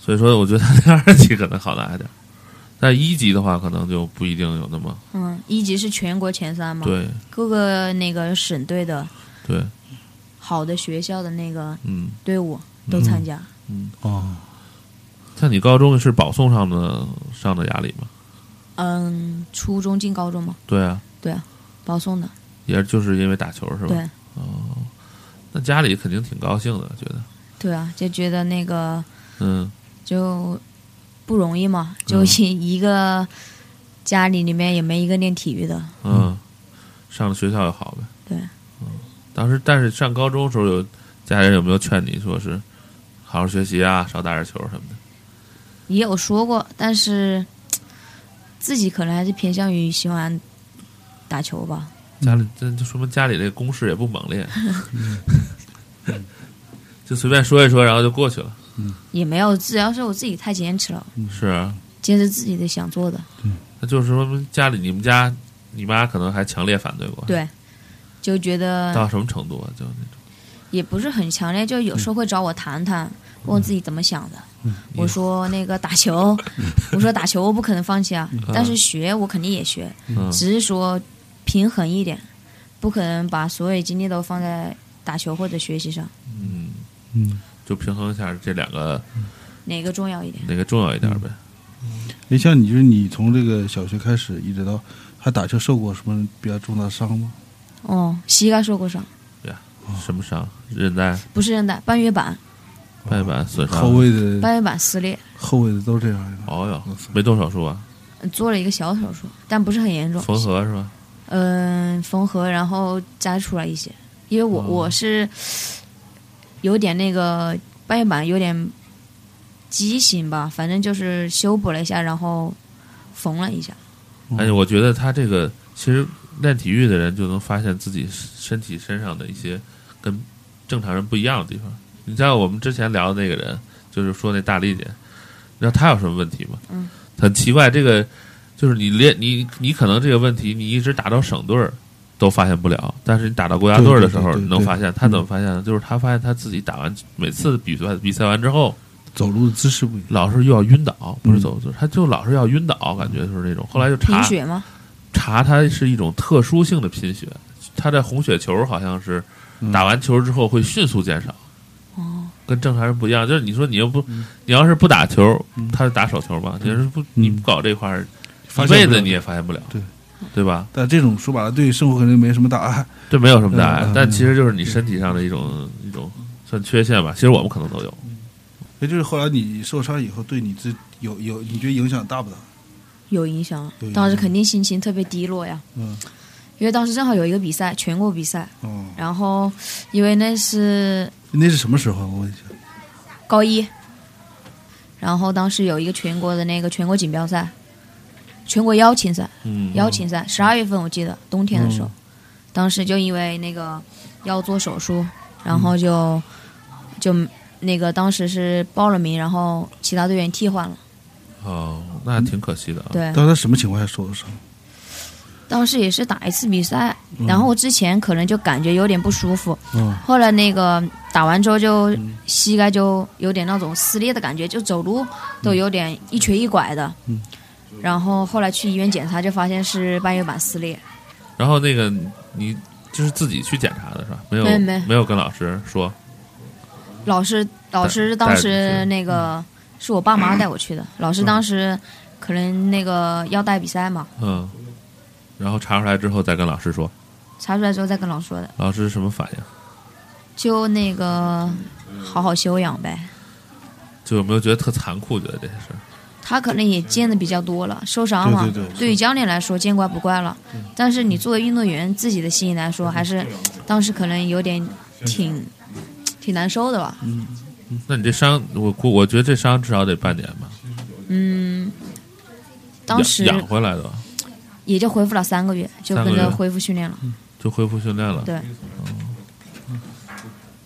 S2: 所以说，我觉得 (laughs) 他那二级可能好拿一点，但一级的话，可能就不一定有那么
S3: 嗯，一级是全国前三嘛，
S2: 对
S3: 各个那个省队的
S2: 对，
S3: 好的学校的那个
S2: 嗯
S3: 队伍都参加，
S2: 嗯。
S4: 哦，
S2: 像你高中是保送上的上的雅礼吗？
S3: 嗯初中进高中嘛，
S2: 对啊，
S3: 保送的，
S2: 也就是因为打球是吧？
S3: 对
S2: 哦，那家里肯定挺高兴的，觉得，
S3: 对啊，就觉得那个
S2: 嗯
S3: 就不容易嘛，就
S2: 嗯
S3: 一一个家里里面也没一个练体育的，
S2: 嗯，上了学校就好呗。
S3: 对
S2: 嗯，当时但是上高中的时候有家人有没有劝你说是好好学习啊，少打点球什么的？
S3: 也有说过，但是自己可能还是偏向于喜欢打球吧。
S2: 家里这就说明家里这个攻势也不猛
S3: (laughs)
S2: 烈，就随便说一说，然后就过去了。
S3: 也没有，主要是我自己太坚持了。
S2: 是啊，
S3: 坚持自己的想做的。
S2: 那就是说明家里你们家你妈可能还强烈反对过，
S3: 对，就觉得
S2: 到什么程度啊？就那种
S3: 也不是很强烈，就有
S2: 嗯
S3: 时候会找我谈谈，问我自己怎么想的。我说那个打
S2: (laughs)
S3: 球，我说打球我不可能放弃啊，但是学我肯定也学，
S2: 嗯
S3: 只是说平衡一点，不可能把所有精力都放在打球或者学习上，
S2: 嗯，
S4: 嗯，
S2: 就平衡一下这两个
S3: 哪个重要一点？
S2: 哪个重要一点呗？
S4: 哎，像你就是你从这个小学开始一直到还打球受过什么比较重大的伤吗？
S3: 哦，膝盖受过伤，
S2: 什么伤？韧带、
S3: 不是韧带，半月板，
S2: 半月板损伤？
S4: 哦后卫
S2: 嗯
S4: 的
S3: 半月板撕裂，
S4: 后卫的都这样啊呀。
S2: 哦哟，没动手术啊？
S3: 嗯做了一个小手术，但不是很严重，
S2: 缝合是吧？
S3: 嗯、缝合，然后摘出来一些，因为我、
S2: 哦
S3: 我是有点那个半月板有点畸形吧，反正就是修补了一下，然后缝了一下。
S4: 嗯
S2: 而且哎我觉得他这个其实练体育的人就能发现自己身体身上的一些跟正常人不一样的地方。你知道我们之前聊的那个人，就是说那大力姐，你知道她有什么问题吗？
S3: 嗯，
S2: 很奇怪，这个就是你练你你可能这个问题你一直打到省队儿都发现不了，但是你打到国家队儿的时候
S4: 对对对对
S2: 你能发现。她
S4: 嗯
S2: 怎么发现的？就是她发现她自己打完每次比赛比赛完之后，
S4: 走路的姿势不一样。
S2: 老是又要晕倒，不是
S4: 嗯
S2: 走走，她就老是要晕倒，感觉就是那种。后来就查
S3: 贫血吗？
S2: 查它是一种特殊性的贫血，它的红血球好像是
S4: 嗯
S2: 打完球之后会迅速减少，
S3: 哦，
S2: 跟正常人不一样。就是你说你又不，你要是不打球
S4: 嗯，
S2: 他是打手球嘛？你要是不你不搞这块儿，
S4: 发
S2: 一
S4: 现
S2: 辈
S4: 不了
S2: 子你也发现不了，
S4: 对
S2: 对吧？
S4: 但这种说白了，对生活肯定没什么大碍。
S2: 这没有什么大碍
S4: 嗯嗯，
S2: 但其实就是你身体上的一种一种算缺陷吧。其实我们可能都有，
S4: 也哎就是后来你受伤以后，对你自有有你觉得影响大不大？
S3: 有影响
S4: 有影响
S3: 当时肯定心情特别低落呀，
S4: 嗯，
S3: 因为当时正好有一个比赛，全国比赛，
S4: 哦，
S3: 然后因为那是
S4: 那是什么时候啊？我问一下。
S3: 高一，然后当时有一个全国的那个全国锦标赛，全国邀请赛，
S2: 嗯，
S3: 邀请赛，十二月份我记得冬天的时候，
S4: 嗯
S3: 当时就因为那个要做手术，然
S4: 嗯
S3: 后就、就那个当时是报了名，然后其他队员替换了，
S2: 哦，那挺可惜的啊。
S3: 对，
S4: 当时什么情况下受的伤？
S3: 当时也是打一次比赛，然后我之前可能就感觉有点不舒服，
S4: 嗯
S3: 后来那个打完之后就膝盖就有点那种撕裂的感觉，就走路都有点一瘸一拐的。
S4: 嗯
S3: 然后后来去医院检查，就发现是半月板撕裂。
S2: 然后那个你就是自己去检查的是吧？没有
S3: 没没
S2: 没有跟老师说，
S3: 老师老师当时那个是我爸妈带我去的，老师当时可能那个要带比赛嘛，
S2: 嗯，然后查出来之后再跟老师说，
S3: 查出来之后再跟老师说的，
S2: 老师是什么反应？
S3: 就那个好好休养呗。
S2: 就有没有觉得特残酷？觉得这些事儿，
S3: 他可能也见的比较多了，受伤嘛，
S4: 对对对
S3: 于教练来说见怪不怪了。但是你作为运动员自己的心里来说，还是当时可能有点挺挺难受的吧。
S2: 那你这伤，我估我觉得这伤至少得半年吧，
S3: 嗯当时
S2: 养养回来的吧，
S3: 也就恢复了三个月，就跟
S2: 三个月
S3: 着恢复训练了。
S2: 就恢复训练了，
S3: 对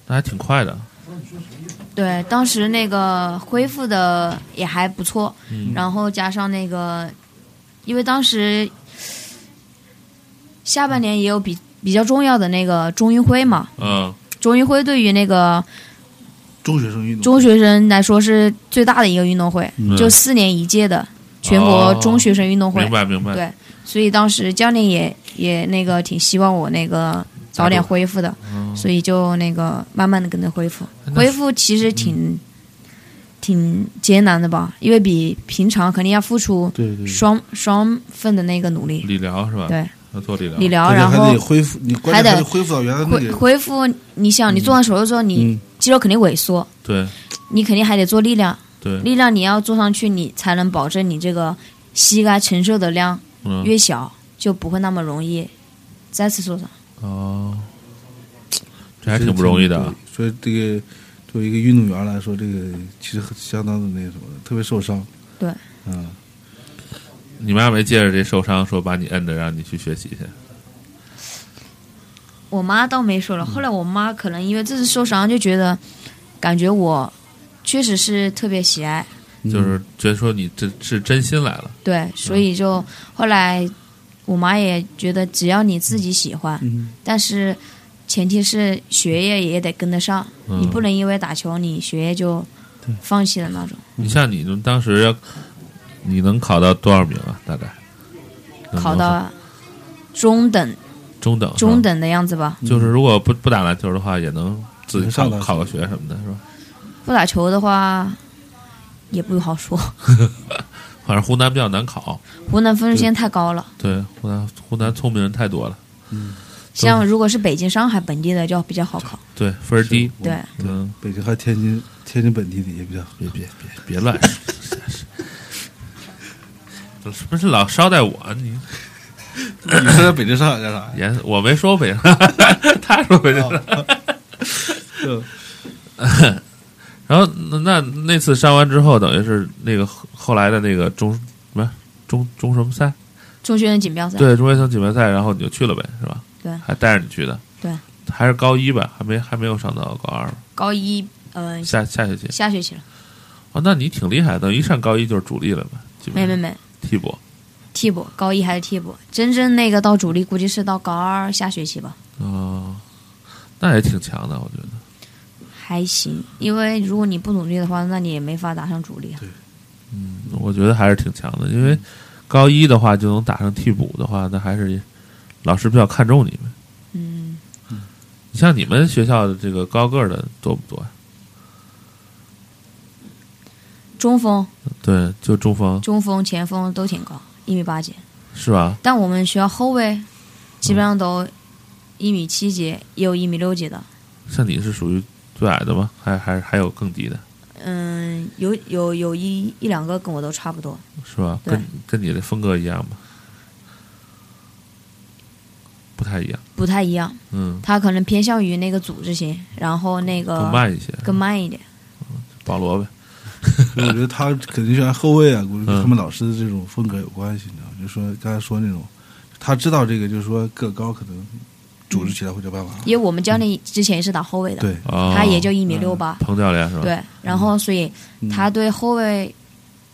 S2: 那还挺快的。
S3: 对，当时那个恢复的也还不错，
S2: 嗯
S3: 然后加上那个，因为当时下半年也有比比较重要的那个中运会嘛，
S2: 嗯，
S3: 中运会对于那个。
S4: 中学生运动。
S3: 中学生来说是最大的一个运动会，
S2: 嗯哦
S3: 就四年一届的全国中学生运动会。
S2: 明白明白。
S3: 对，所以当时教练也也那个挺希望我那个早点恢复的，所以就那个慢慢的跟着恢复。
S2: 那
S3: 恢复其实挺、挺艰难的吧，因为比平常肯定要付出
S4: 对对对
S3: 双双份的那个努力。
S2: 理疗是吧？
S3: 对，
S2: 要做理疗。
S3: 理疗，
S4: 关键
S3: 然
S4: 还
S3: 后
S4: 得恢复，你关
S3: 还
S4: 键
S3: 得
S4: 还得恢复到原来那
S3: 恢
S4: 个。
S3: 恢复，你想你做完手术之后，你
S4: 嗯
S3: 肌肉肯定萎缩，
S2: 对
S3: 你肯定还得做力量。
S2: 对，
S3: 力量你要做上去，你才能保证你这个膝盖承受的量
S2: 嗯
S3: 越小，就不会那么容易再次受伤。
S2: 哦，这还挺不容易的啊。
S4: 对。所以这个作为一个运动员来说，这个其实很相当的那什么的，特别受伤。
S3: 对，
S4: 嗯，
S2: 你妈没借着这受伤说把你摁着让你去学习去？
S3: 我妈倒没
S2: 嗯
S3: 说了，后来我妈可能因为这次受伤，就觉得感觉我确实是特别喜爱
S2: 就是觉得说你这是真心来了，
S3: 对，所以就后来我妈也觉得，只要你自己喜欢，
S4: 嗯
S3: 但是前提是学业也得跟得上，
S2: 嗯
S3: 你不能因为打球你学业就放弃了那种。
S2: 你像你们当时要，你能考到多少名啊？大概能
S3: 考
S2: 能
S3: 到中
S2: 嗯
S3: 等
S2: 中等，
S3: 中
S2: 等，
S3: 等的样子吧。
S2: 就是如果不不打篮球的嗯话，也能自己
S4: 能
S2: 考
S4: 上大学
S2: 考个学什么的，是吧？
S3: 不打球的话也不好说，
S2: 反正湖南比较难考，
S3: 湖南分数线太高了。
S2: 对，湖南湖南聪明人太多了，
S3: 像如果是北京、上海本地的就比较好考。
S2: 对，分儿低，
S3: 对，
S2: 嗯，
S4: 北京和天津天津本地的也比较
S2: (coughs)
S4: 好。
S2: 别别别别 (laughs) 乱说，真是，不是老捎带我，你
S4: 你说在北京上海干 (laughs) 啥呀？
S2: 严，我没说北京， (laughs) 他说北京。
S4: 哦 (laughs) 嗯
S2: 然后那那那次上完之后，等于是那个后后来的那个中什么中中什么赛，
S3: 中学生锦标赛，
S2: 对，中学生锦标赛，然后你就去了呗，是吧？
S3: 对
S2: 还带着你去的，
S3: 对，
S2: 还是高一吧，还没还没有上到高二吧，
S3: 高一嗯、
S2: 下下学期。
S3: 下学期了，
S2: 哦，那你挺厉害的，等于一上高一就是主力了嘛，基
S3: 没
S2: 本
S3: 没
S2: 上
S3: 没，
S2: 替补。
S3: 替补高一还是替补，真正那个到主力估计是到高二下学期吧。
S2: 哦，那也挺强的，我觉得。
S3: 还行，因为如果你不努力的话，那你也没法打上主力啊。
S2: 我觉得还是挺强的，因为高一的话就能打上替补的话，那还是老师比较看重你们。
S3: 嗯，
S2: 你像你们学校的这个高个儿的多不多呀？
S3: 中锋、
S2: 对，就中锋
S3: 中锋、前锋都挺高，一米八几。
S2: 是吧？
S3: 但我们学校后卫基本上都一米七几，也有一米六几的。
S2: 像你是属于最矮的吗？还还还有更低的，
S3: 嗯，有有有一一两个跟我都差不多。
S2: 是吧？
S3: 对
S2: 跟跟你的风格一样吗？不太一样，
S3: 不太一样，
S2: 嗯，
S3: 他可能偏向于那个组织型，然后那个
S2: 更慢一些，
S3: 更慢一点。
S2: 保罗呗，
S4: 所以我觉得他肯定是按后卫啊，我觉得
S2: 嗯
S4: 跟他们老师的这种风格有关系，你知道吗？就说刚才说那种，他知道这个，就是说个高可能组织起来会叫办法。
S2: 嗯
S3: 因为我们教练之前是打后卫的，
S4: 对，
S2: 哦，
S3: 他也就一米六八、
S2: 彭教练是吧？，
S3: 对，然后所以
S4: 嗯
S3: 他对后卫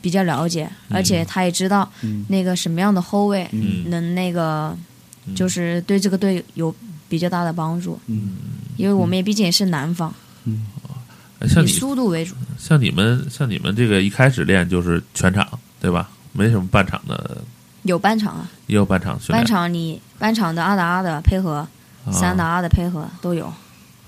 S3: 比较了解，而且他也知道
S4: 嗯
S3: 那个什么样的后卫
S2: 嗯
S3: 能那个，
S2: 嗯
S3: 就是对这个队有比较大的帮助。
S4: 嗯
S3: 因为我们也毕竟也是南方，
S4: 嗯，
S2: 哎像
S3: 以
S2: 你
S3: 速度为主，
S2: 像你们像你们这个一开始练就是全场对吧？没什么半场的，
S3: 有半场啊，
S2: 也有半场训练。
S3: 半场你半场的二打二的配合，
S2: 啊
S3: 三打二的配合都有。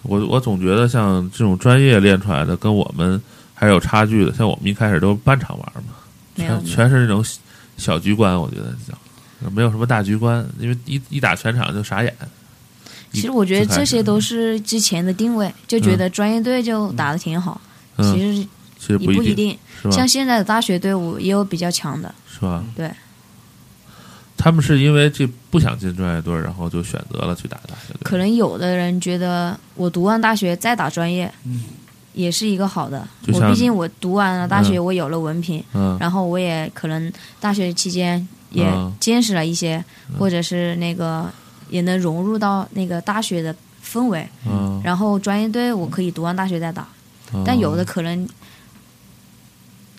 S2: 我我总觉得像这种专业练出来的，跟我们还是有差距的。像我们一开始都半场玩嘛，
S3: 没有
S2: 全全是那种小小局观，我觉得叫没有什么大局观，因为一一打全场就傻眼。
S3: 其实我觉得
S2: 最开
S3: 这
S2: 始
S3: 些都是之前的定位，就觉得专业队就打得挺好，
S2: 嗯，
S3: 其实
S2: 其实
S3: 也
S2: 不
S3: 不一
S2: 定，
S3: 定。
S2: 是吧
S3: 像？现在的大学队伍也有比较强的，
S2: 是吧？
S3: 对。
S2: 他们是因为这不想进专业队，然后就选择了去打大学队。
S3: 可能有的人觉得我读完大学再打专业，也是一个好的。
S2: 嗯就
S3: 我
S2: 像
S3: 毕竟我读完了大学，
S2: 嗯
S3: 我有了文凭，
S2: 嗯，
S3: 然后我也可能大学期间也
S2: 嗯
S3: 见识了一些，或者是那个也能融入到那个大学的氛围。
S2: 嗯，
S3: 然后专业队我可以读完大学再打，但有的可能。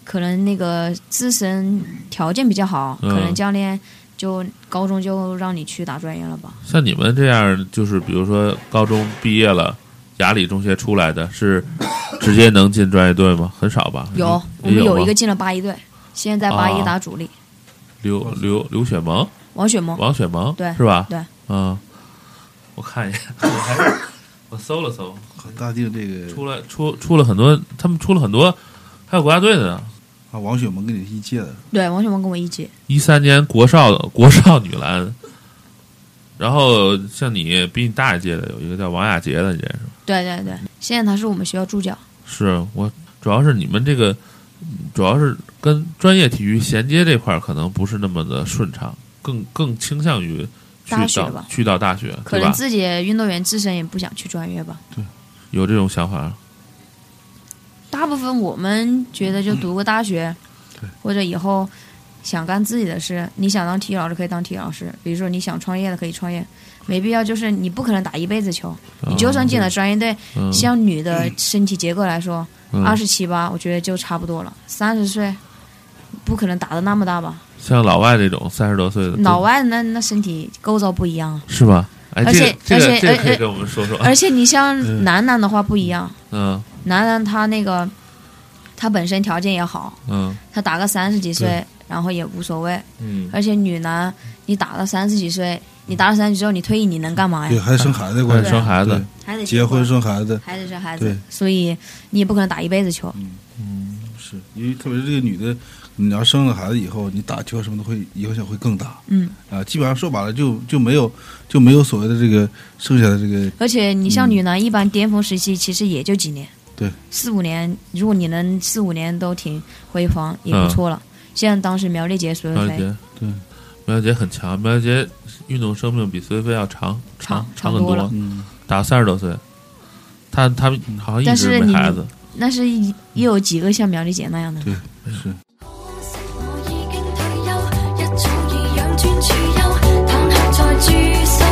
S3: 可能那个自身条件比较好，
S2: 嗯
S3: 可能教练就高中就让你去打专业了吧？
S2: 像你们这样，就是比如说高中毕业了，雅礼中学出来的，是 (coughs) 直接能进专业队吗？很少吧？啊
S3: 有，我
S2: 嗯也
S3: 们有
S2: 吗
S3: 一个进了八一队，现在八一打主力，
S2: 刘刘刘雪萌，
S3: 王雪萌。
S2: 王雪萌，
S3: 对
S2: 是吧？
S3: 对，
S2: 嗯，我看一眼，我还我搜了搜，
S4: 大定这个
S2: 出来出出了很多，他们出了很多，还有国家队的呢。
S4: 啊，王雪萌跟你是一届的，
S3: 对，王雪萌跟我一届，
S2: 一三年国少国少女篮，然后像你比你大一届的有一个叫王雅洁的，你认识吗？
S3: 对对对，现在他是我们学校助教，
S2: 是我主要是你们这个，嗯主要是跟专业体育衔接这块儿可能不是那么的顺畅，更更倾向于去
S3: 大学
S2: 到
S3: 吧
S2: 去到大学，
S3: 可
S2: 对
S3: 能
S2: 吧？
S3: 自己运动员自身也不想去专业吧。
S2: 有这种想法，
S3: 大部分我们觉得就读个大学，或者以后想干自己的事，你想当体育老师可以当体育老师，比如说你想创业的可以创业，没必要就是你不可能打一辈子球，
S2: 啊
S3: 你就算进了专业队，
S2: 嗯
S3: 像女的身体结构来说，
S2: 嗯
S3: 二十七八我觉得就差不多了，三十岁不可能打的那么大吧？
S2: 像老外这种三十多岁的，
S3: 老外那那身体构造不一样，
S2: 是吧？哎，
S3: 而
S2: 这个这
S3: 且
S2: 个
S3: 而且
S2: 这个可以
S3: 而
S2: 跟我们说说。
S3: 而且你像男男的话不一样，
S2: 嗯
S3: 男男他那个他本身条件也好，
S2: 嗯
S3: 他打个三十几岁
S4: 对，
S3: 然后也无所谓。
S2: 嗯，
S3: 而且女男，你打到三十几岁，你打到三十之后你退役，你能干嘛
S4: 对，
S3: 呀？
S4: 还生孩子
S2: 开
S4: 关
S2: 始
S4: 系，
S2: 哎生孩子，
S4: 对
S3: 还得
S4: 结婚，生孩子，
S3: 还得生孩子
S4: 对，嗯
S3: 所以你也不可能打一辈子球。
S4: 是因为特别是这个女的，你要生了孩子以后，你打球什么的会影响会更大
S3: 嗯，
S4: 啊。基本上说白了就就没有就没有所谓的这个剩下的这个
S3: 而且你像女男，一般巅峰时期其实也就几年，
S4: 嗯对，
S3: 四五年，如果你能四五年都挺辉煌，也不错了。像当时苗丽杰、苏
S2: 苗
S3: 有
S2: 小
S3: 飞
S2: 杰，
S4: 对，
S2: 苗小杰很强，苗小杰运动生命比苏菲菲要长
S3: 长
S2: 长
S3: 长
S2: 很
S3: 多了
S4: 嗯
S2: 打三十多岁，他他好像一
S3: 但
S2: 直
S3: 是
S2: 没
S3: 你
S2: 孩子，
S3: 那是一又有几个像苗丽杰那样的？
S4: 对是。
S1: 可惜我已經退休，一早已養尊處優，躺下在駐守